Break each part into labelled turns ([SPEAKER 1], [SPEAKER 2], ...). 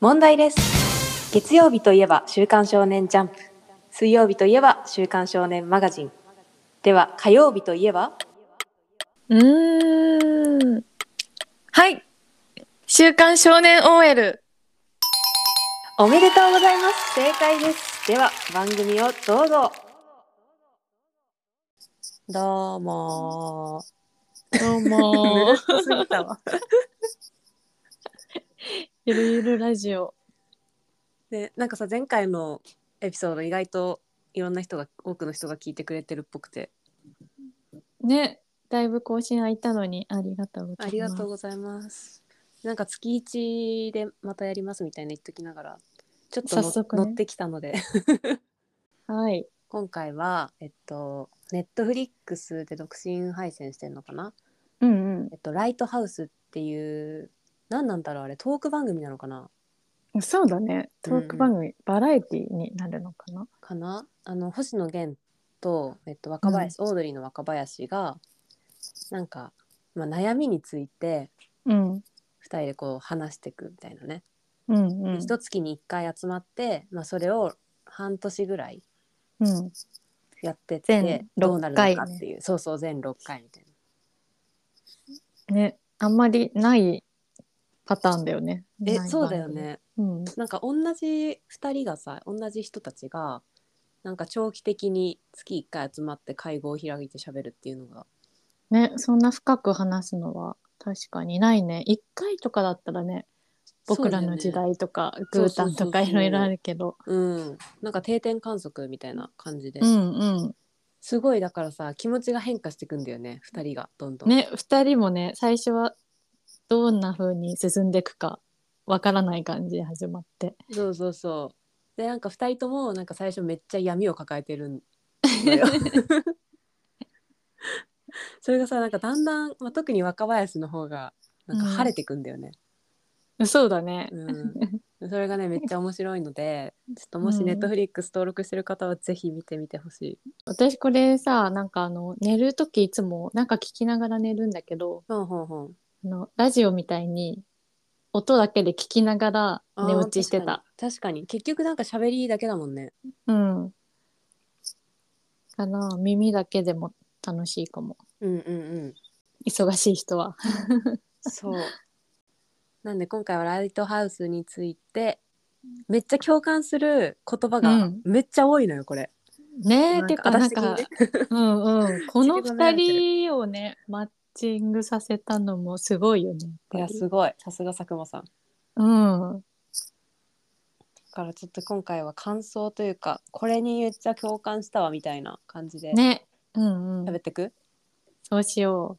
[SPEAKER 1] 問題です月曜日といえば「週刊少年ジャンプ」水曜日といえば「週刊少年マガジン」では火曜日といえば
[SPEAKER 2] うーん。はい。週刊少年 OL。
[SPEAKER 1] おめでとうございます正解ですでは番組をどうぞどうも
[SPEAKER 2] どうも。
[SPEAKER 1] 過ぎたわ
[SPEAKER 2] ゆるゆるラジオ。
[SPEAKER 1] でなんかさ前回のエピソード意外といろんな人が多くの人が聞いてくれてるっぽくて
[SPEAKER 2] ね。だいぶ更新空いたのにありがとうございます。
[SPEAKER 1] ありがとうございますなんか月一でまたやりますみたいな言っときながらちょっとの
[SPEAKER 2] 早速ね
[SPEAKER 1] 乗ってきたので
[SPEAKER 2] はい。
[SPEAKER 1] 今回はえっとネットフリックスで独身配信してるのかな
[SPEAKER 2] うん
[SPEAKER 1] えっとライトハウスっていう何なんだろうあれトーク番組なのかな
[SPEAKER 2] うん。そうだね。トーク番組、バラエティになるのかな。
[SPEAKER 1] かなあの星野源と、えっと、若林、オードリーの若林がなんか、まあ、悩みについて
[SPEAKER 2] うん。
[SPEAKER 1] 2人でこう話していくみたいなね、
[SPEAKER 2] うんうん。
[SPEAKER 1] 一月に1回集まって、まあ、それを半年ぐらい
[SPEAKER 2] うん。
[SPEAKER 1] やってて
[SPEAKER 2] 全
[SPEAKER 1] どうなるのか
[SPEAKER 2] 六
[SPEAKER 1] っ
[SPEAKER 2] 回
[SPEAKER 1] ていう、そうそう全6回みたい
[SPEAKER 2] ね。あんまりないパターンだよね。
[SPEAKER 1] な
[SPEAKER 2] な
[SPEAKER 1] え
[SPEAKER 2] い
[SPEAKER 1] そうだよ。ね
[SPEAKER 2] うん。
[SPEAKER 1] なんか同じ2人がさ同じ人たちがなんか長期的に月1回集まって会合を開いて喋るっていうのが
[SPEAKER 2] ね、そんな深く話すのは確かにないね。一回とかだったらね、僕らの時代とか、
[SPEAKER 1] そう
[SPEAKER 2] グー
[SPEAKER 1] だ
[SPEAKER 2] タ
[SPEAKER 1] よね
[SPEAKER 2] ンと
[SPEAKER 1] そうそ
[SPEAKER 2] か
[SPEAKER 1] うそうそう
[SPEAKER 2] いろいろあるけど。
[SPEAKER 1] うんなんか定点観測みたいな感じで、
[SPEAKER 2] うん
[SPEAKER 1] すごいだからさ気持ちが変化していくんだよね2人がどんど
[SPEAKER 2] うん。
[SPEAKER 1] ん。
[SPEAKER 2] ね、二人もね、最初はどんな風に進んでいくかわからない感じで始まって。
[SPEAKER 1] そうそうそうでなんか2人ともなんか最初めっちゃ闇を抱えてるの よ。それがさなんかだんだん、まあ、特に若林の方がなんか晴れてくんだよね。
[SPEAKER 2] そうだね。
[SPEAKER 1] うん、それがねめっちゃ面白いのでちょっともし
[SPEAKER 2] うん
[SPEAKER 1] ネットフリックス登録してる方はぜひ見てみてほしい。
[SPEAKER 2] 私これさ、なんかあの、寝るときいつもなんか聞きながら寝るんだけど、
[SPEAKER 1] ほんほんほん
[SPEAKER 2] あの、ラジオみたいに音だけで聞きながら
[SPEAKER 1] あー
[SPEAKER 2] 寝落ちしてた。
[SPEAKER 1] 確かに確かに結局なんか喋りだけだもんね。
[SPEAKER 2] うん。かな、耳だけでも楽しいかも。
[SPEAKER 1] うんうんうん。
[SPEAKER 2] 忙しい人は。
[SPEAKER 1] そう。 なんで今回はライトハウスについてめっちゃ共感する言葉
[SPEAKER 2] う
[SPEAKER 1] が
[SPEAKER 2] ん
[SPEAKER 1] めっちゃ多いのよこれ。
[SPEAKER 2] ねえ、
[SPEAKER 1] なん
[SPEAKER 2] て
[SPEAKER 1] か
[SPEAKER 2] か、なん
[SPEAKER 1] 私的に
[SPEAKER 2] か
[SPEAKER 1] ね、
[SPEAKER 2] うんうん。こ
[SPEAKER 1] ち
[SPEAKER 2] の
[SPEAKER 1] りばめられてる
[SPEAKER 2] 二人をね、マッチングさせたのもすごいよね。
[SPEAKER 1] いやすごいさすが佐久間さん。だ
[SPEAKER 2] うん。
[SPEAKER 1] からちょっと今回は感想というかこれにめっちゃ共感したわみたいな感じで
[SPEAKER 2] ね。うんう
[SPEAKER 1] 喋
[SPEAKER 2] ん。
[SPEAKER 1] ってく、
[SPEAKER 2] そうしよ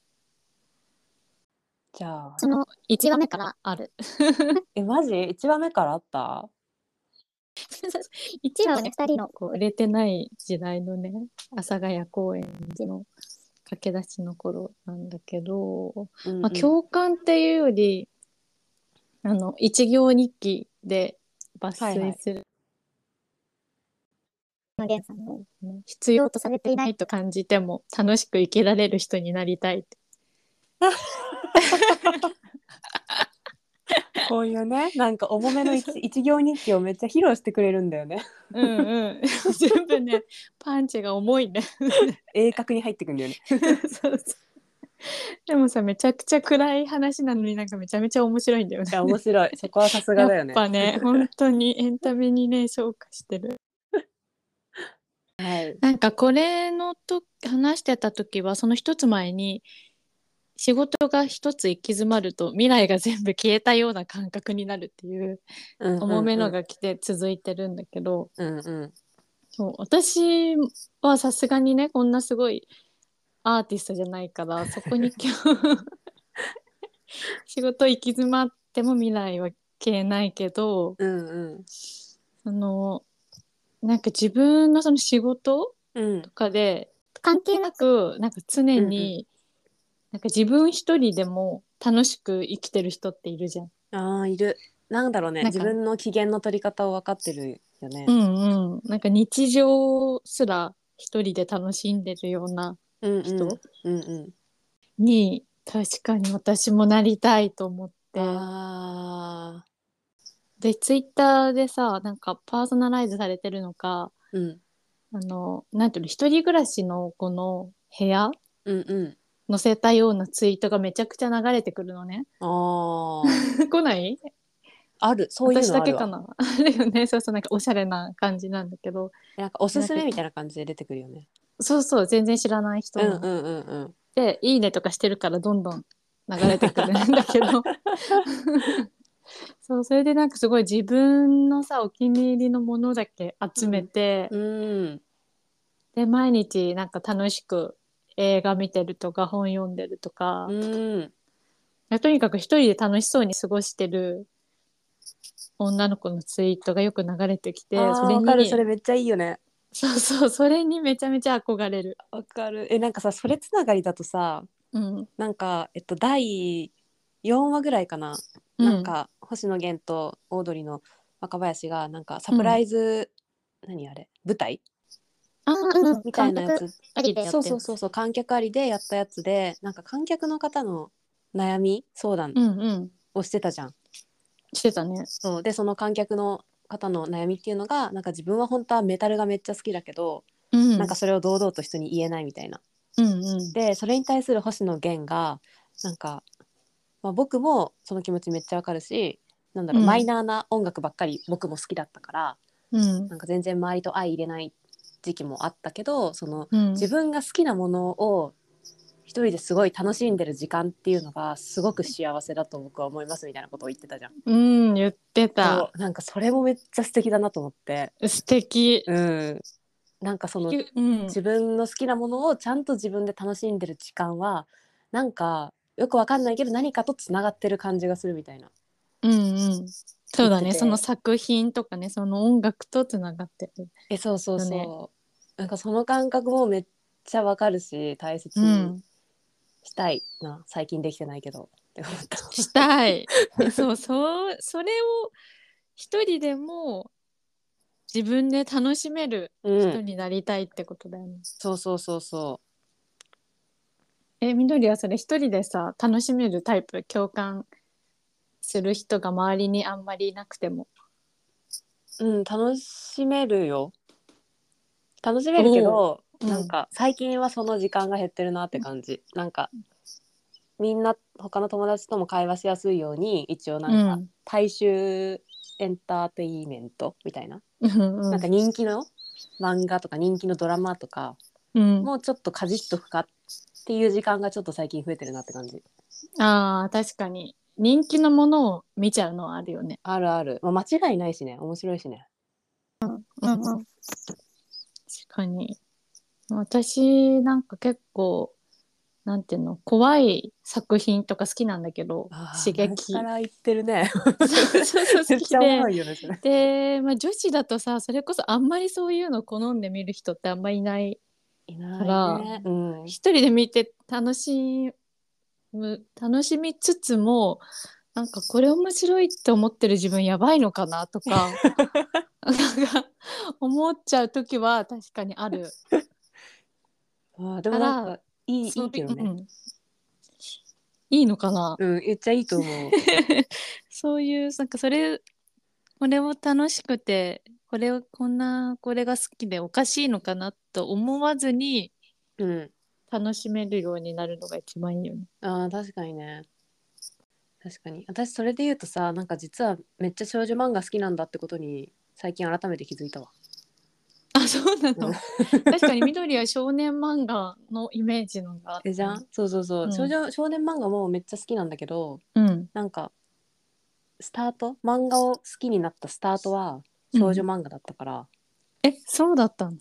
[SPEAKER 1] じゃあ
[SPEAKER 2] う。その1話目からあ る。
[SPEAKER 1] えマジ一話目からあった
[SPEAKER 2] 1話はね、2人のこう売れてない時代のね、阿佐ヶ谷公園の駆け出しの頃なんだけど、
[SPEAKER 1] うんうん
[SPEAKER 2] まあ、共感っていうより、あの一行日記で抜
[SPEAKER 1] はいは
[SPEAKER 2] 粋
[SPEAKER 1] い
[SPEAKER 2] する。必要とされていないと感じても楽しく生きられる人になりたいって
[SPEAKER 1] こういうねなんか重めの一一行日記をめっちゃ披露してくれるんだよね
[SPEAKER 2] うんうん 全部ねパンチが 重いね
[SPEAKER 1] 鋭角に入ってくんだよね
[SPEAKER 2] そうそうでもさめちゃくちゃ暗い話なのになんかめちゃめちゃ面白いんだよね
[SPEAKER 1] いや面 白いそこはさすがだよね
[SPEAKER 2] やっぱね本当にエンタメにね昇華してる
[SPEAKER 1] はい
[SPEAKER 2] なんかこれのと話してた時はその一つ前に仕事が一つ行き詰まると未来が全部消えたような感覚になるっていう重めのが来て続いてるんだけど、
[SPEAKER 1] うんうん
[SPEAKER 2] そう私はさすがにねこんなすごいアーティストじゃないからそこに今日仕事行き詰まっても未来は消えないけど、
[SPEAKER 1] うんうん
[SPEAKER 2] そのなんか自分のその仕事
[SPEAKER 1] うん
[SPEAKER 2] とかで関係なくなんか常に、なんか自分一人でも楽しく生きてる人っているじゃん。
[SPEAKER 1] あーいるなんだろうね
[SPEAKER 2] なんか
[SPEAKER 1] 自分の機嫌の取り方を分かってるよね
[SPEAKER 2] うんうん、なんか日常すら一人で楽しんでるような
[SPEAKER 1] うんうん
[SPEAKER 2] 人
[SPEAKER 1] うんうん
[SPEAKER 2] に、確かに私もなりたいと思って
[SPEAKER 1] あ
[SPEAKER 2] でツイッターでさなんかパーソナライズされてるのか
[SPEAKER 1] うん
[SPEAKER 2] あのなんていうの一人暮らしの子の部屋
[SPEAKER 1] うんうん
[SPEAKER 2] 載せたようなツイートがめちゃくちゃ流れてくるのね。
[SPEAKER 1] あー
[SPEAKER 2] 来ない
[SPEAKER 1] あるそういう
[SPEAKER 2] 私
[SPEAKER 1] のあ
[SPEAKER 2] だけ
[SPEAKER 1] る
[SPEAKER 2] か
[SPEAKER 1] わ
[SPEAKER 2] な。あるよね。そうそうなんかおしゃれな感じなんだけど。
[SPEAKER 1] なんかおすすめみたいな感じで出てくるよね
[SPEAKER 2] そうそう全然知らない人
[SPEAKER 1] うんう
[SPEAKER 2] の
[SPEAKER 1] んうんうん
[SPEAKER 2] で「いいね」とかしてるからどんどん流れてくるんだけ どそうそれでなんかすごい自分のさお気に入りのものだけ集めて、
[SPEAKER 1] うん
[SPEAKER 2] で毎日なんか楽しく映画見てるとか本読んでるとか、
[SPEAKER 1] うん
[SPEAKER 2] とにかく一人で楽しそうに過ごしてる女の子のツイートがよく流れてきて
[SPEAKER 1] あー
[SPEAKER 2] それ
[SPEAKER 1] わかる
[SPEAKER 2] に
[SPEAKER 1] それめっちゃいいよね
[SPEAKER 2] そうそうそれにめちゃめちゃ憧れる。
[SPEAKER 1] わかるえなんかさそれつながりだとさ
[SPEAKER 2] うん、
[SPEAKER 1] なんかえっと第4話ぐらいかな、なんか星野源とオードリーの若林がなんかサプライズ、何あれ舞台
[SPEAKER 2] うん、あうん
[SPEAKER 1] みたいなやつ
[SPEAKER 2] ありでやって
[SPEAKER 1] そ
[SPEAKER 2] ん
[SPEAKER 1] う
[SPEAKER 2] の
[SPEAKER 1] そうそうそう観客ありでやったやつでなんか観客の方の悩み相談
[SPEAKER 2] うんうん
[SPEAKER 1] をしてたじゃん。
[SPEAKER 2] してたね。
[SPEAKER 1] そうでその観客の方の悩みっていうのがなんか自分は本当はメタルがめっちゃ好きだけど、
[SPEAKER 2] うん、
[SPEAKER 1] なんかそれを堂々と人に言えないみたいな。
[SPEAKER 2] うんうん
[SPEAKER 1] でそれに対する星野源がなんか、まあ、僕もその気持ちめっちゃわかるしなんだろう、
[SPEAKER 2] うん
[SPEAKER 1] マイナーな音楽ばっかり僕も好きだったから
[SPEAKER 2] うん
[SPEAKER 1] なんか全然周りと相入れない時期もあったけどその
[SPEAKER 2] うん
[SPEAKER 1] 自分が好きなものを一人ですごい楽しんでる時間っていうのがすごく幸せだと僕は思いますみたいなことを言ってたじゃん。
[SPEAKER 2] うん言ってた
[SPEAKER 1] そうなんかそれもめっちゃ素敵だなと思って。
[SPEAKER 2] 素敵
[SPEAKER 1] うん、なんかその
[SPEAKER 2] うん
[SPEAKER 1] 自分の好きなものをちゃんと自分で楽しんでる時間はなんかよくわかんないけど何かとつながってる感じがするみたいな。
[SPEAKER 2] うんうんそう
[SPEAKER 1] 言
[SPEAKER 2] だ
[SPEAKER 1] って
[SPEAKER 2] ね
[SPEAKER 1] て
[SPEAKER 2] その作品とかねその音楽とつながってる
[SPEAKER 1] えそうそうそう、
[SPEAKER 2] ね
[SPEAKER 1] なんかその感覚もめっちゃわかるし大切
[SPEAKER 2] う
[SPEAKER 1] に
[SPEAKER 2] ん
[SPEAKER 1] したいな、最近できてないけどって思 った。
[SPEAKER 2] したいえそうそうそれを一人でも自分で楽しめる
[SPEAKER 1] う
[SPEAKER 2] 人
[SPEAKER 1] ん、
[SPEAKER 2] になりたいってことだよね、
[SPEAKER 1] そうそうそうそ
[SPEAKER 2] えみどりはそれ一人でさ楽しめるタイプ共感する人が周りにあんまりいなくても
[SPEAKER 1] う、うん、楽しめるよ楽しめるけど、
[SPEAKER 2] おううん
[SPEAKER 1] なんか最近はその時間が減ってるなって感じ、なんかみんな他の友達とも会話しやすいように一応なんか、大衆エンターテインメントみたいな、
[SPEAKER 2] うんうんうん
[SPEAKER 1] なんか人気の漫画とか人気のドラマとか、
[SPEAKER 2] うん
[SPEAKER 1] もうちょっとかじっとくかっていう時間がちょっと最近増えてるなって感じ
[SPEAKER 2] ああ確かに人気のものを見ちゃうのはあるよね。
[SPEAKER 1] あるある、まあ、間違いないしね面白いしね
[SPEAKER 2] うん確かに私なんか結構なんていうの怖い作品とか好きなんだけど刺激
[SPEAKER 1] から言ってる ね
[SPEAKER 2] そうそうそう
[SPEAKER 1] め
[SPEAKER 2] 好
[SPEAKER 1] っ
[SPEAKER 2] き
[SPEAKER 1] ちゃおもろ
[SPEAKER 2] で。
[SPEAKER 1] いよねそれ
[SPEAKER 2] でまあ、女子だとさそれこそあんまりそういうの好んで見る人ってあんまりいない
[SPEAKER 1] い
[SPEAKER 2] ら
[SPEAKER 1] ないねうん
[SPEAKER 2] 一人で見て楽しむ楽しみつつもなんかこれ面白いって思ってる自分やばいのかなとかなんか思っちゃう時は確かにある。
[SPEAKER 1] あーでもなん
[SPEAKER 2] か
[SPEAKER 1] かいいい
[SPEAKER 2] そう
[SPEAKER 1] いけど
[SPEAKER 2] う
[SPEAKER 1] ね
[SPEAKER 2] んいいのかな
[SPEAKER 1] うん、めっちゃいいと 思う
[SPEAKER 2] そういうなんかそれこれを楽しくてこれをこんなこれが好きでおかしいのかなと思わずに
[SPEAKER 1] うん
[SPEAKER 2] 楽しめるようになるのが一番いいよね。
[SPEAKER 1] あー確かにね確かに私それで言うとさなんか実はめっちゃ少女漫画好きなんだってことに最近改めて気づいたわ
[SPEAKER 2] あそうな
[SPEAKER 1] う
[SPEAKER 2] の
[SPEAKER 1] ん
[SPEAKER 2] 確かに緑は少年漫画のイメージのがあった
[SPEAKER 1] えじゃんそうそうそう、
[SPEAKER 2] うん
[SPEAKER 1] 少女少年漫画もめっちゃ好きなんだけど
[SPEAKER 2] うん
[SPEAKER 1] なんかスタート漫画を好きになったスタートは少女漫画だったから、
[SPEAKER 2] えそうだったの、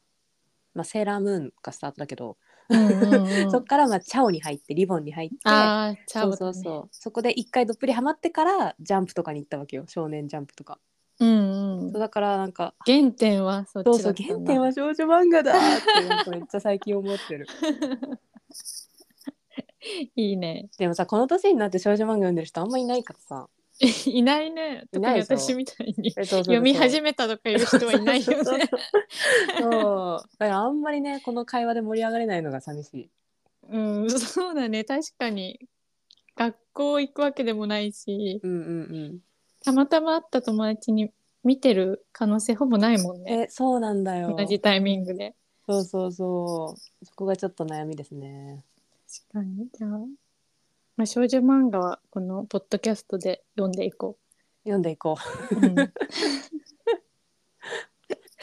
[SPEAKER 1] まあ、セーラームーンがスタートだけど、
[SPEAKER 2] うんうんうん
[SPEAKER 1] そっからまあチャオに入ってリボンに入って
[SPEAKER 2] ああちゃ
[SPEAKER 1] そううそうそうそこで一回どっぷりハマってからジャンプとかに行ったわけよ少年ジャンプとか、
[SPEAKER 2] う、うんうん
[SPEAKER 1] そう、だからなんか
[SPEAKER 2] 原点はそっちだ
[SPEAKER 1] そ
[SPEAKER 2] っ
[SPEAKER 1] う
[SPEAKER 2] たんだ
[SPEAKER 1] そう原点は少女漫画だーってなんかめっちゃ最近思ってる
[SPEAKER 2] いいね
[SPEAKER 1] でもさこの年になって少女漫画読んでる人あんまいないからさ
[SPEAKER 2] いないね
[SPEAKER 1] い
[SPEAKER 2] 特に
[SPEAKER 1] ないでしょ
[SPEAKER 2] 私みたい に
[SPEAKER 1] 読
[SPEAKER 2] 読み始めたとかいう人はいないよ
[SPEAKER 1] そう
[SPEAKER 2] ね
[SPEAKER 1] そうそうそうそうだからあんまりねこの会話で盛り上がれないのが寂しい
[SPEAKER 2] うんそうだね確かに学校行くわけでもないし
[SPEAKER 1] うんうんうん
[SPEAKER 2] たまたま会った友達に見てる可能性ほぼないもんね
[SPEAKER 1] えそうなんだよ
[SPEAKER 2] 同じタイミングで
[SPEAKER 1] そうそうそうそこがちょっと悩みですね
[SPEAKER 2] 確かにじゃあ、まあ、少女漫画はこのポッドキャストで読んでいこ
[SPEAKER 1] 読んでいこう
[SPEAKER 2] う、うん、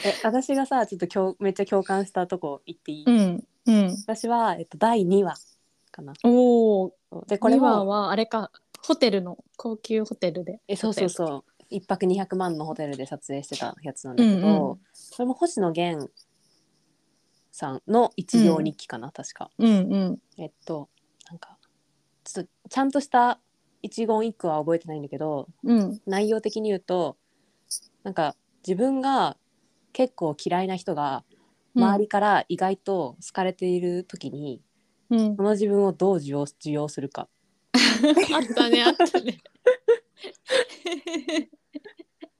[SPEAKER 1] え私がさちょっと今日めっちゃ共感したとこ言っていい、
[SPEAKER 2] うん、うん。
[SPEAKER 1] 私は、えっと、第2話かな
[SPEAKER 2] おお、
[SPEAKER 1] そうでこ
[SPEAKER 2] こ
[SPEAKER 1] れ
[SPEAKER 2] れ
[SPEAKER 1] は
[SPEAKER 2] ははあれか、ホテルの高級ホテルで。
[SPEAKER 1] えそうそう
[SPEAKER 2] う。
[SPEAKER 1] そう一泊200万のホテルで撮影してたやつなんだけど、
[SPEAKER 2] うんうん
[SPEAKER 1] それも星野源さんの一行日記かな、確か
[SPEAKER 2] うんうん。
[SPEAKER 1] えっとなんかちょっとちゃんとした一言一句は覚えてないんだけど
[SPEAKER 2] うん
[SPEAKER 1] 内容的に言うとなんか自分が結構嫌いな人が周りから意外と好かれている時に、
[SPEAKER 2] うん
[SPEAKER 1] その自分をどう受容受容するか
[SPEAKER 2] あったねあったね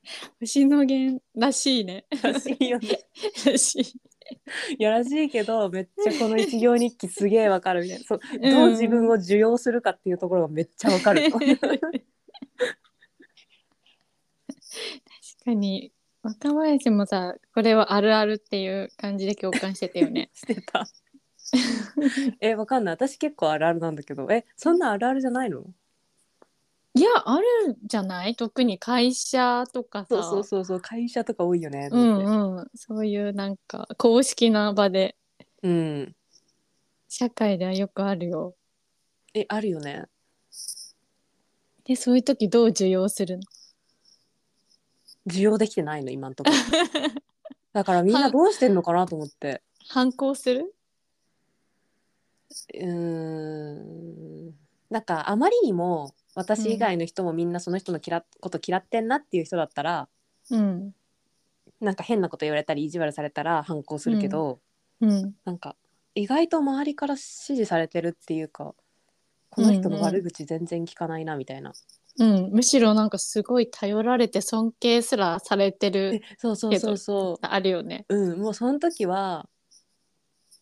[SPEAKER 2] 星野源らしい ね
[SPEAKER 1] らしいよね
[SPEAKER 2] らしい
[SPEAKER 1] いやらしいけどめっちゃこの一行日記すげえわかるみたいなそうどう自分を受容するかっていうところがめっちゃわかる
[SPEAKER 2] 確かに若林もさこれはあるあるっていう感じで共感してたよね
[SPEAKER 1] してたえわかんない私結構あるあるなんだけどえそんなあるあるじゃないの
[SPEAKER 2] いやあるんじゃない特に会社とかさ
[SPEAKER 1] そうそうそうそう会社とか多いよね。
[SPEAKER 2] うんうん、そういうなんか公式な場で
[SPEAKER 1] うん
[SPEAKER 2] 社会ではよくあるよ。
[SPEAKER 1] えあるよね。
[SPEAKER 2] でそういう時どう受容するの
[SPEAKER 1] 需要できてないの今んとこ。だからみんなどうしてんのかなと思って。
[SPEAKER 2] 反抗する
[SPEAKER 1] うーん。なんかあまりにも私以外の人もみんなその人の嫌っこと嫌ってんなっていう人だったら、
[SPEAKER 2] うん
[SPEAKER 1] なんか変なこと言われたり意地悪されたら反抗するけど、
[SPEAKER 2] うん
[SPEAKER 1] なんか意外と周りから支持されてるっていうか。この人の悪口全然聞かないなみたいな。
[SPEAKER 2] うん、むしろなんかすごい頼られて尊敬すらされてる
[SPEAKER 1] えそうそうそうそう。
[SPEAKER 2] あるよね。
[SPEAKER 1] うん、もうその時は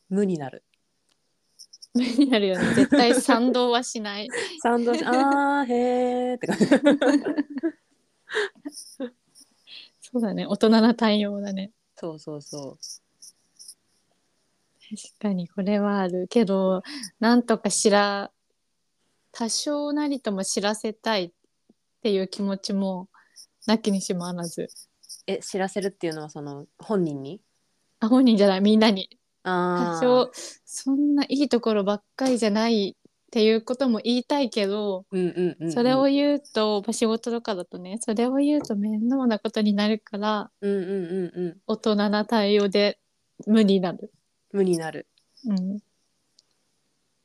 [SPEAKER 1] 無になる。
[SPEAKER 2] 無になるよね絶対賛同はしない。
[SPEAKER 1] 賛 同し、あーへーって感じ。
[SPEAKER 2] そうだね大人な対応だね。
[SPEAKER 1] そうそうそう。
[SPEAKER 2] 確かにこれはあるけどなんとか知ら多少なりとも知らせたいっていう気持ちもなきにしもあらず。
[SPEAKER 1] え、知らせるっていうのはその本人に
[SPEAKER 2] あ本人じゃないみんなに
[SPEAKER 1] あ
[SPEAKER 2] 多
[SPEAKER 1] あ。
[SPEAKER 2] 少そんないいところばっかりじゃないっていうことも言いたいけど、
[SPEAKER 1] うんうんうんうん。
[SPEAKER 2] それを言うと、まあ、仕事とかだとねそれを言うと面倒なことになるから
[SPEAKER 1] うんうんうんうん。
[SPEAKER 2] 大人な対応で無になる。
[SPEAKER 1] 無になる。
[SPEAKER 2] うん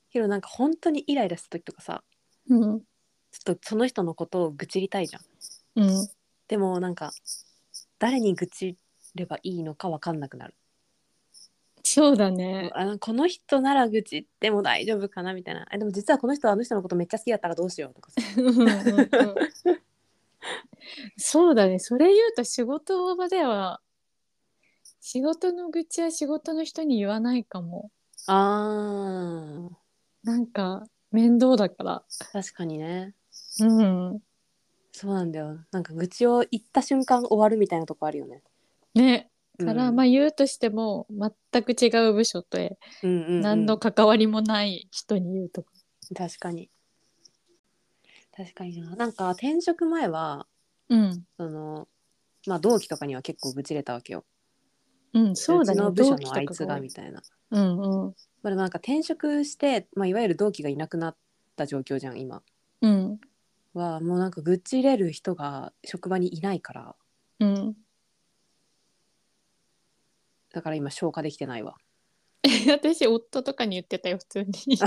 [SPEAKER 1] ヒロなんか本当にイライラした時とかさ、
[SPEAKER 2] うん
[SPEAKER 1] ちょっとその人のことを愚痴りたいじゃん。
[SPEAKER 2] うん、
[SPEAKER 1] でもなんか誰に愚痴ればいいのかわかんなくなる。
[SPEAKER 2] そうだね。
[SPEAKER 1] あのこの人なら愚痴っても大丈夫かなみたいな。えでも実はこの人はあの人のことめっちゃ好きだったらどうしようと かさ。
[SPEAKER 2] うんうんうんそうだねそれ言うと仕事場では仕事の愚痴は仕事の人に言わないかも
[SPEAKER 1] ああ。
[SPEAKER 2] なんか面倒だから
[SPEAKER 1] 確かにね
[SPEAKER 2] うん
[SPEAKER 1] そうなんだよなんか愚痴を言った瞬間終わるみたいなとこあるよね
[SPEAKER 2] ねから、
[SPEAKER 1] うん
[SPEAKER 2] まあ言うとしても全く違う部署とへ
[SPEAKER 1] うんうんうん
[SPEAKER 2] 何の関わりもない人に言うとか、
[SPEAKER 1] 確かに確かにななんか転職前は
[SPEAKER 2] うん
[SPEAKER 1] そのまあ同期とかには結構愚痴れたわけよ
[SPEAKER 2] うん、そうだね
[SPEAKER 1] ちの部署
[SPEAKER 2] 同期
[SPEAKER 1] のあ
[SPEAKER 2] とか
[SPEAKER 1] いつが
[SPEAKER 2] 多い
[SPEAKER 1] みたいな
[SPEAKER 2] うんうん
[SPEAKER 1] まあでもなんか転職して、まあ、いわゆる同期がいなくなった状況じゃん今
[SPEAKER 2] うん
[SPEAKER 1] はもうなんか愚痴れる人が職場にいないから
[SPEAKER 2] うん、
[SPEAKER 1] だから今消化できてないわ
[SPEAKER 2] 私夫とかに言ってたよ普通に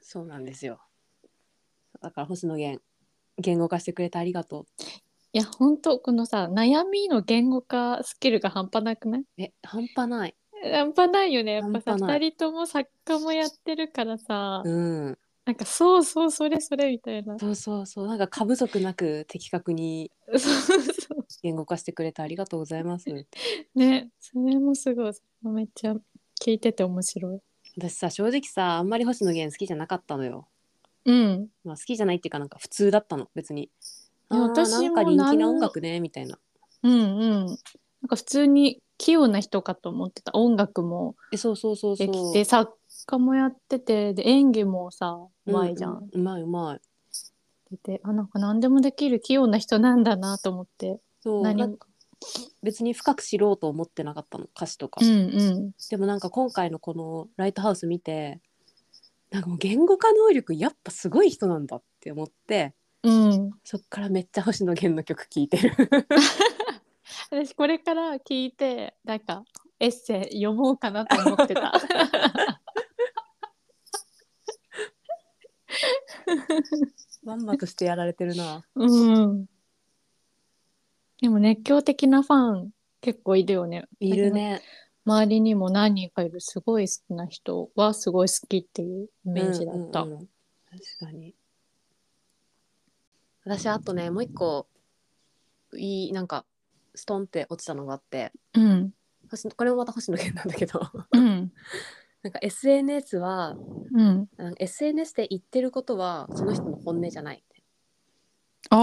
[SPEAKER 1] そうなんですよだから星野源言語化してくれてありがとう
[SPEAKER 2] いや本当このさ悩みの言語化スキルが半端なくない
[SPEAKER 1] え半端ない
[SPEAKER 2] 半端ないよねやっぱさ
[SPEAKER 1] 半端ない
[SPEAKER 2] 2人とも作家もやってるからさ、
[SPEAKER 1] うん
[SPEAKER 2] なんかそうそうそれそれみたいな
[SPEAKER 1] そうそうそうなんか過不足なく的確に
[SPEAKER 2] そうそう
[SPEAKER 1] 言語化してくれてありがとうございます
[SPEAKER 2] ねそれもすごいそれもめっちゃ聞いてて面白い
[SPEAKER 1] 私さ正直さあんまり星野源好きじゃなかったのよ、
[SPEAKER 2] うん。
[SPEAKER 1] まあ、好きじゃないっていうかなんか普通だったの別にあ
[SPEAKER 2] いや
[SPEAKER 1] ー
[SPEAKER 2] 私
[SPEAKER 1] なん
[SPEAKER 2] も
[SPEAKER 1] か人気
[SPEAKER 2] 何
[SPEAKER 1] な
[SPEAKER 2] も
[SPEAKER 1] 音楽ねみたいな
[SPEAKER 2] うんうん。なんか普通に器用な人かと思ってた。音楽も
[SPEAKER 1] えそうそうそうそう
[SPEAKER 2] できて、作家もやってて、で、演技もさ、うまいじゃん。
[SPEAKER 1] ううまいうまい
[SPEAKER 2] でてあ、なんか何でもできる器用な人なんだなと思って。
[SPEAKER 1] そう
[SPEAKER 2] 何
[SPEAKER 1] なんか別に深く知ろうと思ってなかったの歌詞とか、
[SPEAKER 2] うんうん。
[SPEAKER 1] でもなんか今回のこの「ライトハウス」見てなんかもう言語化能力やっぱすごい人なんだって思って
[SPEAKER 2] うん。
[SPEAKER 1] そっからめっちゃ星野源の曲聴いてる
[SPEAKER 2] 私これから聞いてなんかエッセイ読もうかなと思ってた。
[SPEAKER 1] まんまとしてやられてるな
[SPEAKER 2] うん。でも熱狂的なファン結構いるよね。
[SPEAKER 1] いる。ね
[SPEAKER 2] 周りにも何人かいるすごい好きな人はすごい好きっていうイメージだった。
[SPEAKER 1] うんうんうん確かに私あとねもう一個いいなんかストンって落ちたのがあって
[SPEAKER 2] うん。
[SPEAKER 1] 星野これもまた星野源なんだけど
[SPEAKER 2] うん。
[SPEAKER 1] なんか SNS は
[SPEAKER 2] うん。
[SPEAKER 1] あの SNS で言ってることはその人の本音じゃない
[SPEAKER 2] あ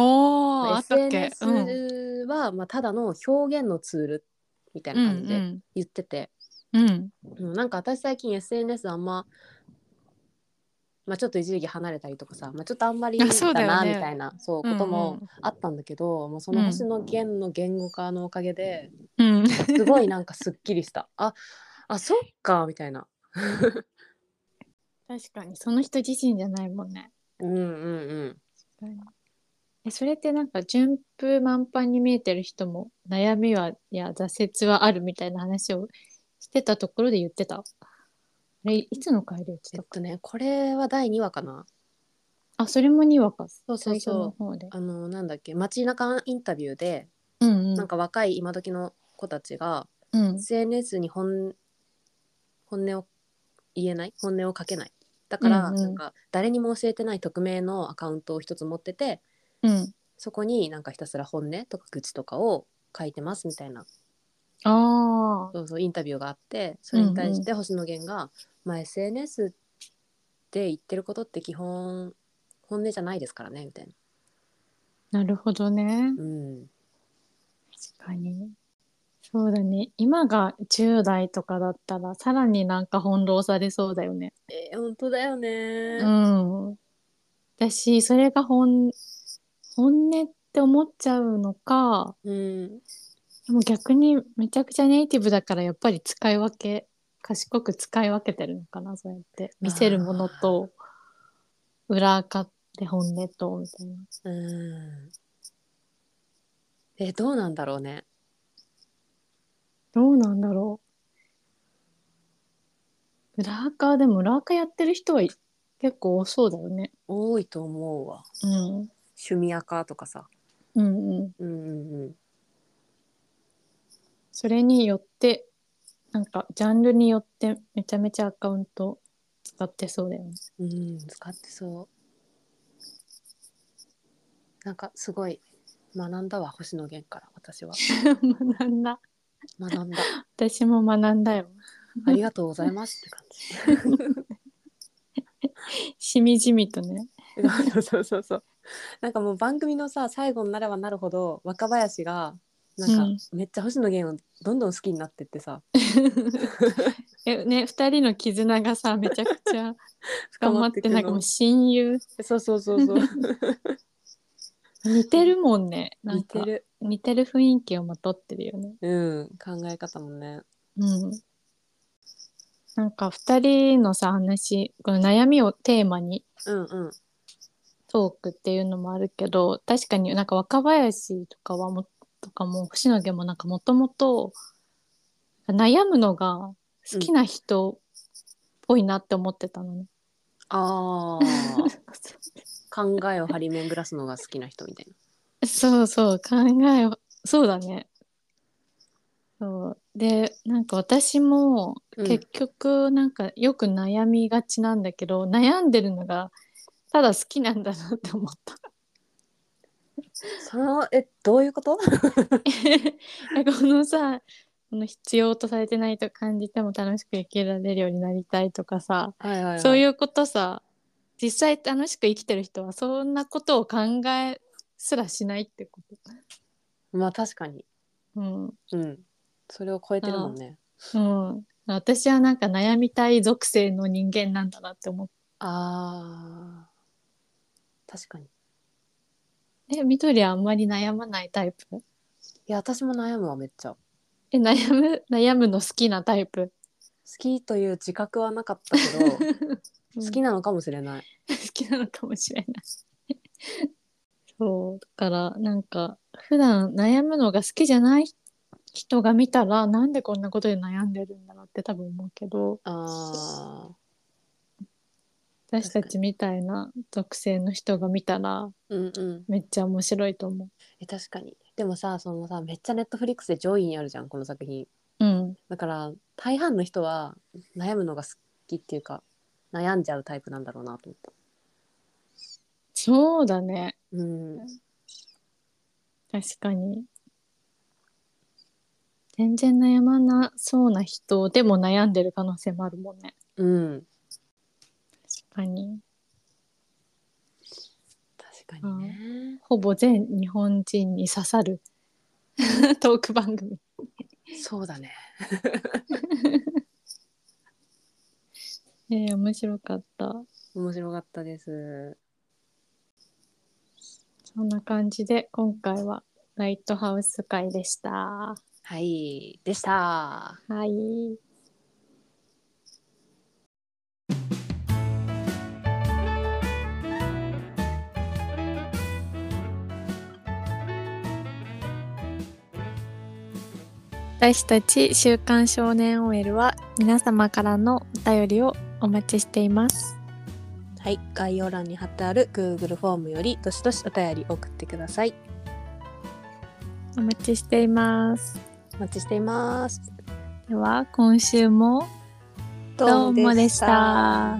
[SPEAKER 2] あ、あったっけ。うん。うん
[SPEAKER 1] SNS は、まあ、ただの表現のツールみたいな感じ
[SPEAKER 2] う
[SPEAKER 1] で
[SPEAKER 2] ん。
[SPEAKER 1] 言ってて、
[SPEAKER 2] うん。
[SPEAKER 1] うんなんか私最近 SNS あんま、まあ、ちょっと一時期離れたりとかさ、まあ、ちょっとあんまりだ
[SPEAKER 2] あそうだ
[SPEAKER 1] な
[SPEAKER 2] よね
[SPEAKER 1] みたいなそう
[SPEAKER 2] うんうん
[SPEAKER 1] こともあったんだけど、もうその星野源の言語化のおかげで
[SPEAKER 2] うん。
[SPEAKER 1] すごいなんかすっきり したああそっかみたいな。
[SPEAKER 2] 確かにその人自身じゃないもんね。
[SPEAKER 1] うんうん
[SPEAKER 2] えそれってなんか順風満帆に見えてる人も悩みはや挫折はあるみたいな話をしてたところで言ってた。あれいつの回で言って
[SPEAKER 1] え
[SPEAKER 2] た
[SPEAKER 1] っ
[SPEAKER 2] か。
[SPEAKER 1] とねこれは第2話かな
[SPEAKER 2] あそれもにわか。
[SPEAKER 1] そうそうそう
[SPEAKER 2] 最初の方で。
[SPEAKER 1] あのなんだっけ街中インタビューで、
[SPEAKER 2] うんうん。
[SPEAKER 1] なんか若い今時の子たちが
[SPEAKER 2] うん
[SPEAKER 1] SNS に本本音を言えない本音を書けないだから、
[SPEAKER 2] うんうん
[SPEAKER 1] なんか誰にも教えてない匿名のアカウントを一つ持ってて
[SPEAKER 2] うん。
[SPEAKER 1] そこになんかひたすら本音とか愚痴とかを書いてますみたいな
[SPEAKER 2] ああ。
[SPEAKER 1] そうそうインタビューがあってそれに対して星野源が「まあ、SNS で言ってることって基本本音じゃないですからね」みたいな。
[SPEAKER 2] なるほどね。
[SPEAKER 1] うん
[SPEAKER 2] 確かに。そうだね。今が10代とかだったらさらになんか翻弄されそうだよね。
[SPEAKER 1] えー、本当だよね
[SPEAKER 2] うん。だし、それが本、本音って思っちゃうのか、
[SPEAKER 1] うん、
[SPEAKER 2] でも逆にめちゃくちゃネイティブだからやっぱり使い分け、賢く使い分けてるのかな、そうやって。見せるものと、裏垢で本音と、みたいな。
[SPEAKER 1] うんえどうなんだろうね
[SPEAKER 2] どうなんだろう。裏垢、でも裏垢やってる人はい結構多そうだよね。
[SPEAKER 1] 多いと思うわ
[SPEAKER 2] うん。
[SPEAKER 1] 趣味アカとかさ
[SPEAKER 2] うんう
[SPEAKER 1] う
[SPEAKER 2] ん。
[SPEAKER 1] んうんうん
[SPEAKER 2] それによってなんかジャンルによってめちゃめちゃアカウント使ってそうだよね。
[SPEAKER 1] うん使ってそうなんかすごい学んだわ星野源から私は
[SPEAKER 2] 学んだ
[SPEAKER 1] 学 んだ
[SPEAKER 2] 私も学んだよ。
[SPEAKER 1] ありがとうございますって感じ
[SPEAKER 2] しみじみとね。
[SPEAKER 1] そうそうそうそうなんかもう番組のさ最後になればなるほど若林がなんかめっちゃ星野源をどんどん好きになってってさ、
[SPEAKER 2] えね二人の絆がさめちゃく ちゃ深まって
[SPEAKER 1] く
[SPEAKER 2] なんかもう親友
[SPEAKER 1] そうそうそうそう
[SPEAKER 2] 似てるもんね。 なん
[SPEAKER 1] 似
[SPEAKER 2] か
[SPEAKER 1] てる
[SPEAKER 2] 似てる雰囲気をまとってるよね。
[SPEAKER 1] うん、考え方もね。
[SPEAKER 2] うん。なんか二人のさ話この悩みをテーマに
[SPEAKER 1] うんうん。
[SPEAKER 2] トークっていうのもあるけど確かになんか若林とかはもとかも星野源もなんかもともと悩むのが好きな人っぽいなって思ってたのね。
[SPEAKER 1] ああ、 考えを張り巡らすのが好きな人みたい
[SPEAKER 2] そうそう考えをそうだね。そうでなんか私も
[SPEAKER 1] うん
[SPEAKER 2] 結局なんかよく悩みがちなんだけど、悩んでるのがただ好きなんだなって 思った。
[SPEAKER 1] な。そのえどういうこと？
[SPEAKER 2] えこのさその必要とされてないと感じても楽しく生きられるようになりたいとかさ、
[SPEAKER 1] はいはいはい、
[SPEAKER 2] そういううことさ実際楽しく生きてる人はそんなことを考えすらしないってこと。
[SPEAKER 1] まあ確かに
[SPEAKER 2] うん
[SPEAKER 1] うんそれを超えてるもんね
[SPEAKER 2] うん、私はなんか悩みたい属性の人間なんだなって思っ
[SPEAKER 1] あー確かに
[SPEAKER 2] てえ緑はあんまり悩まないタイプ
[SPEAKER 1] いや私も悩むわめっちゃ好
[SPEAKER 2] え悩む悩むの好きなタイプ
[SPEAKER 1] きという自覚はなかったけ ど好き
[SPEAKER 2] な
[SPEAKER 1] なのかもしれない、
[SPEAKER 2] 好きなのかもしれないそうだからなんか普段悩むのが好きじゃない人が見たらなんでこんなことで悩んでるんだろうって多分思うけど
[SPEAKER 1] ああ
[SPEAKER 2] 私たちみたいな属性の人が見たら
[SPEAKER 1] うんうん
[SPEAKER 2] めっちゃ面白いと思
[SPEAKER 1] え確かにでもさそのさめっちゃネットフリックスで上位にあるじゃんこの作品
[SPEAKER 2] う。うん、
[SPEAKER 1] だから大半の人は悩むのが好きっていうか悩んじゃうタイプなんだろうなと思って
[SPEAKER 2] そうだね
[SPEAKER 1] うん
[SPEAKER 2] 確かに。全然悩まなそうな人でも悩んでる可能性もあるもんね。
[SPEAKER 1] うん
[SPEAKER 2] 確かに。
[SPEAKER 1] 確かにね
[SPEAKER 2] ほぼ全日本人に刺さる トーク番組。
[SPEAKER 1] そうだね
[SPEAKER 2] えー、面白かった。
[SPEAKER 1] 面白かったです
[SPEAKER 2] そんな感じで今回はライトハウス会でした。は
[SPEAKER 1] はいでした
[SPEAKER 2] い。私たち週刊少年 OL は皆様からのお便りをお待ちしています。
[SPEAKER 1] はい概要欄に貼ってある Google フォームよりどしどしお便り送ってください
[SPEAKER 2] お待ちしています。
[SPEAKER 1] お待ちしています
[SPEAKER 2] では今週もどうもでした。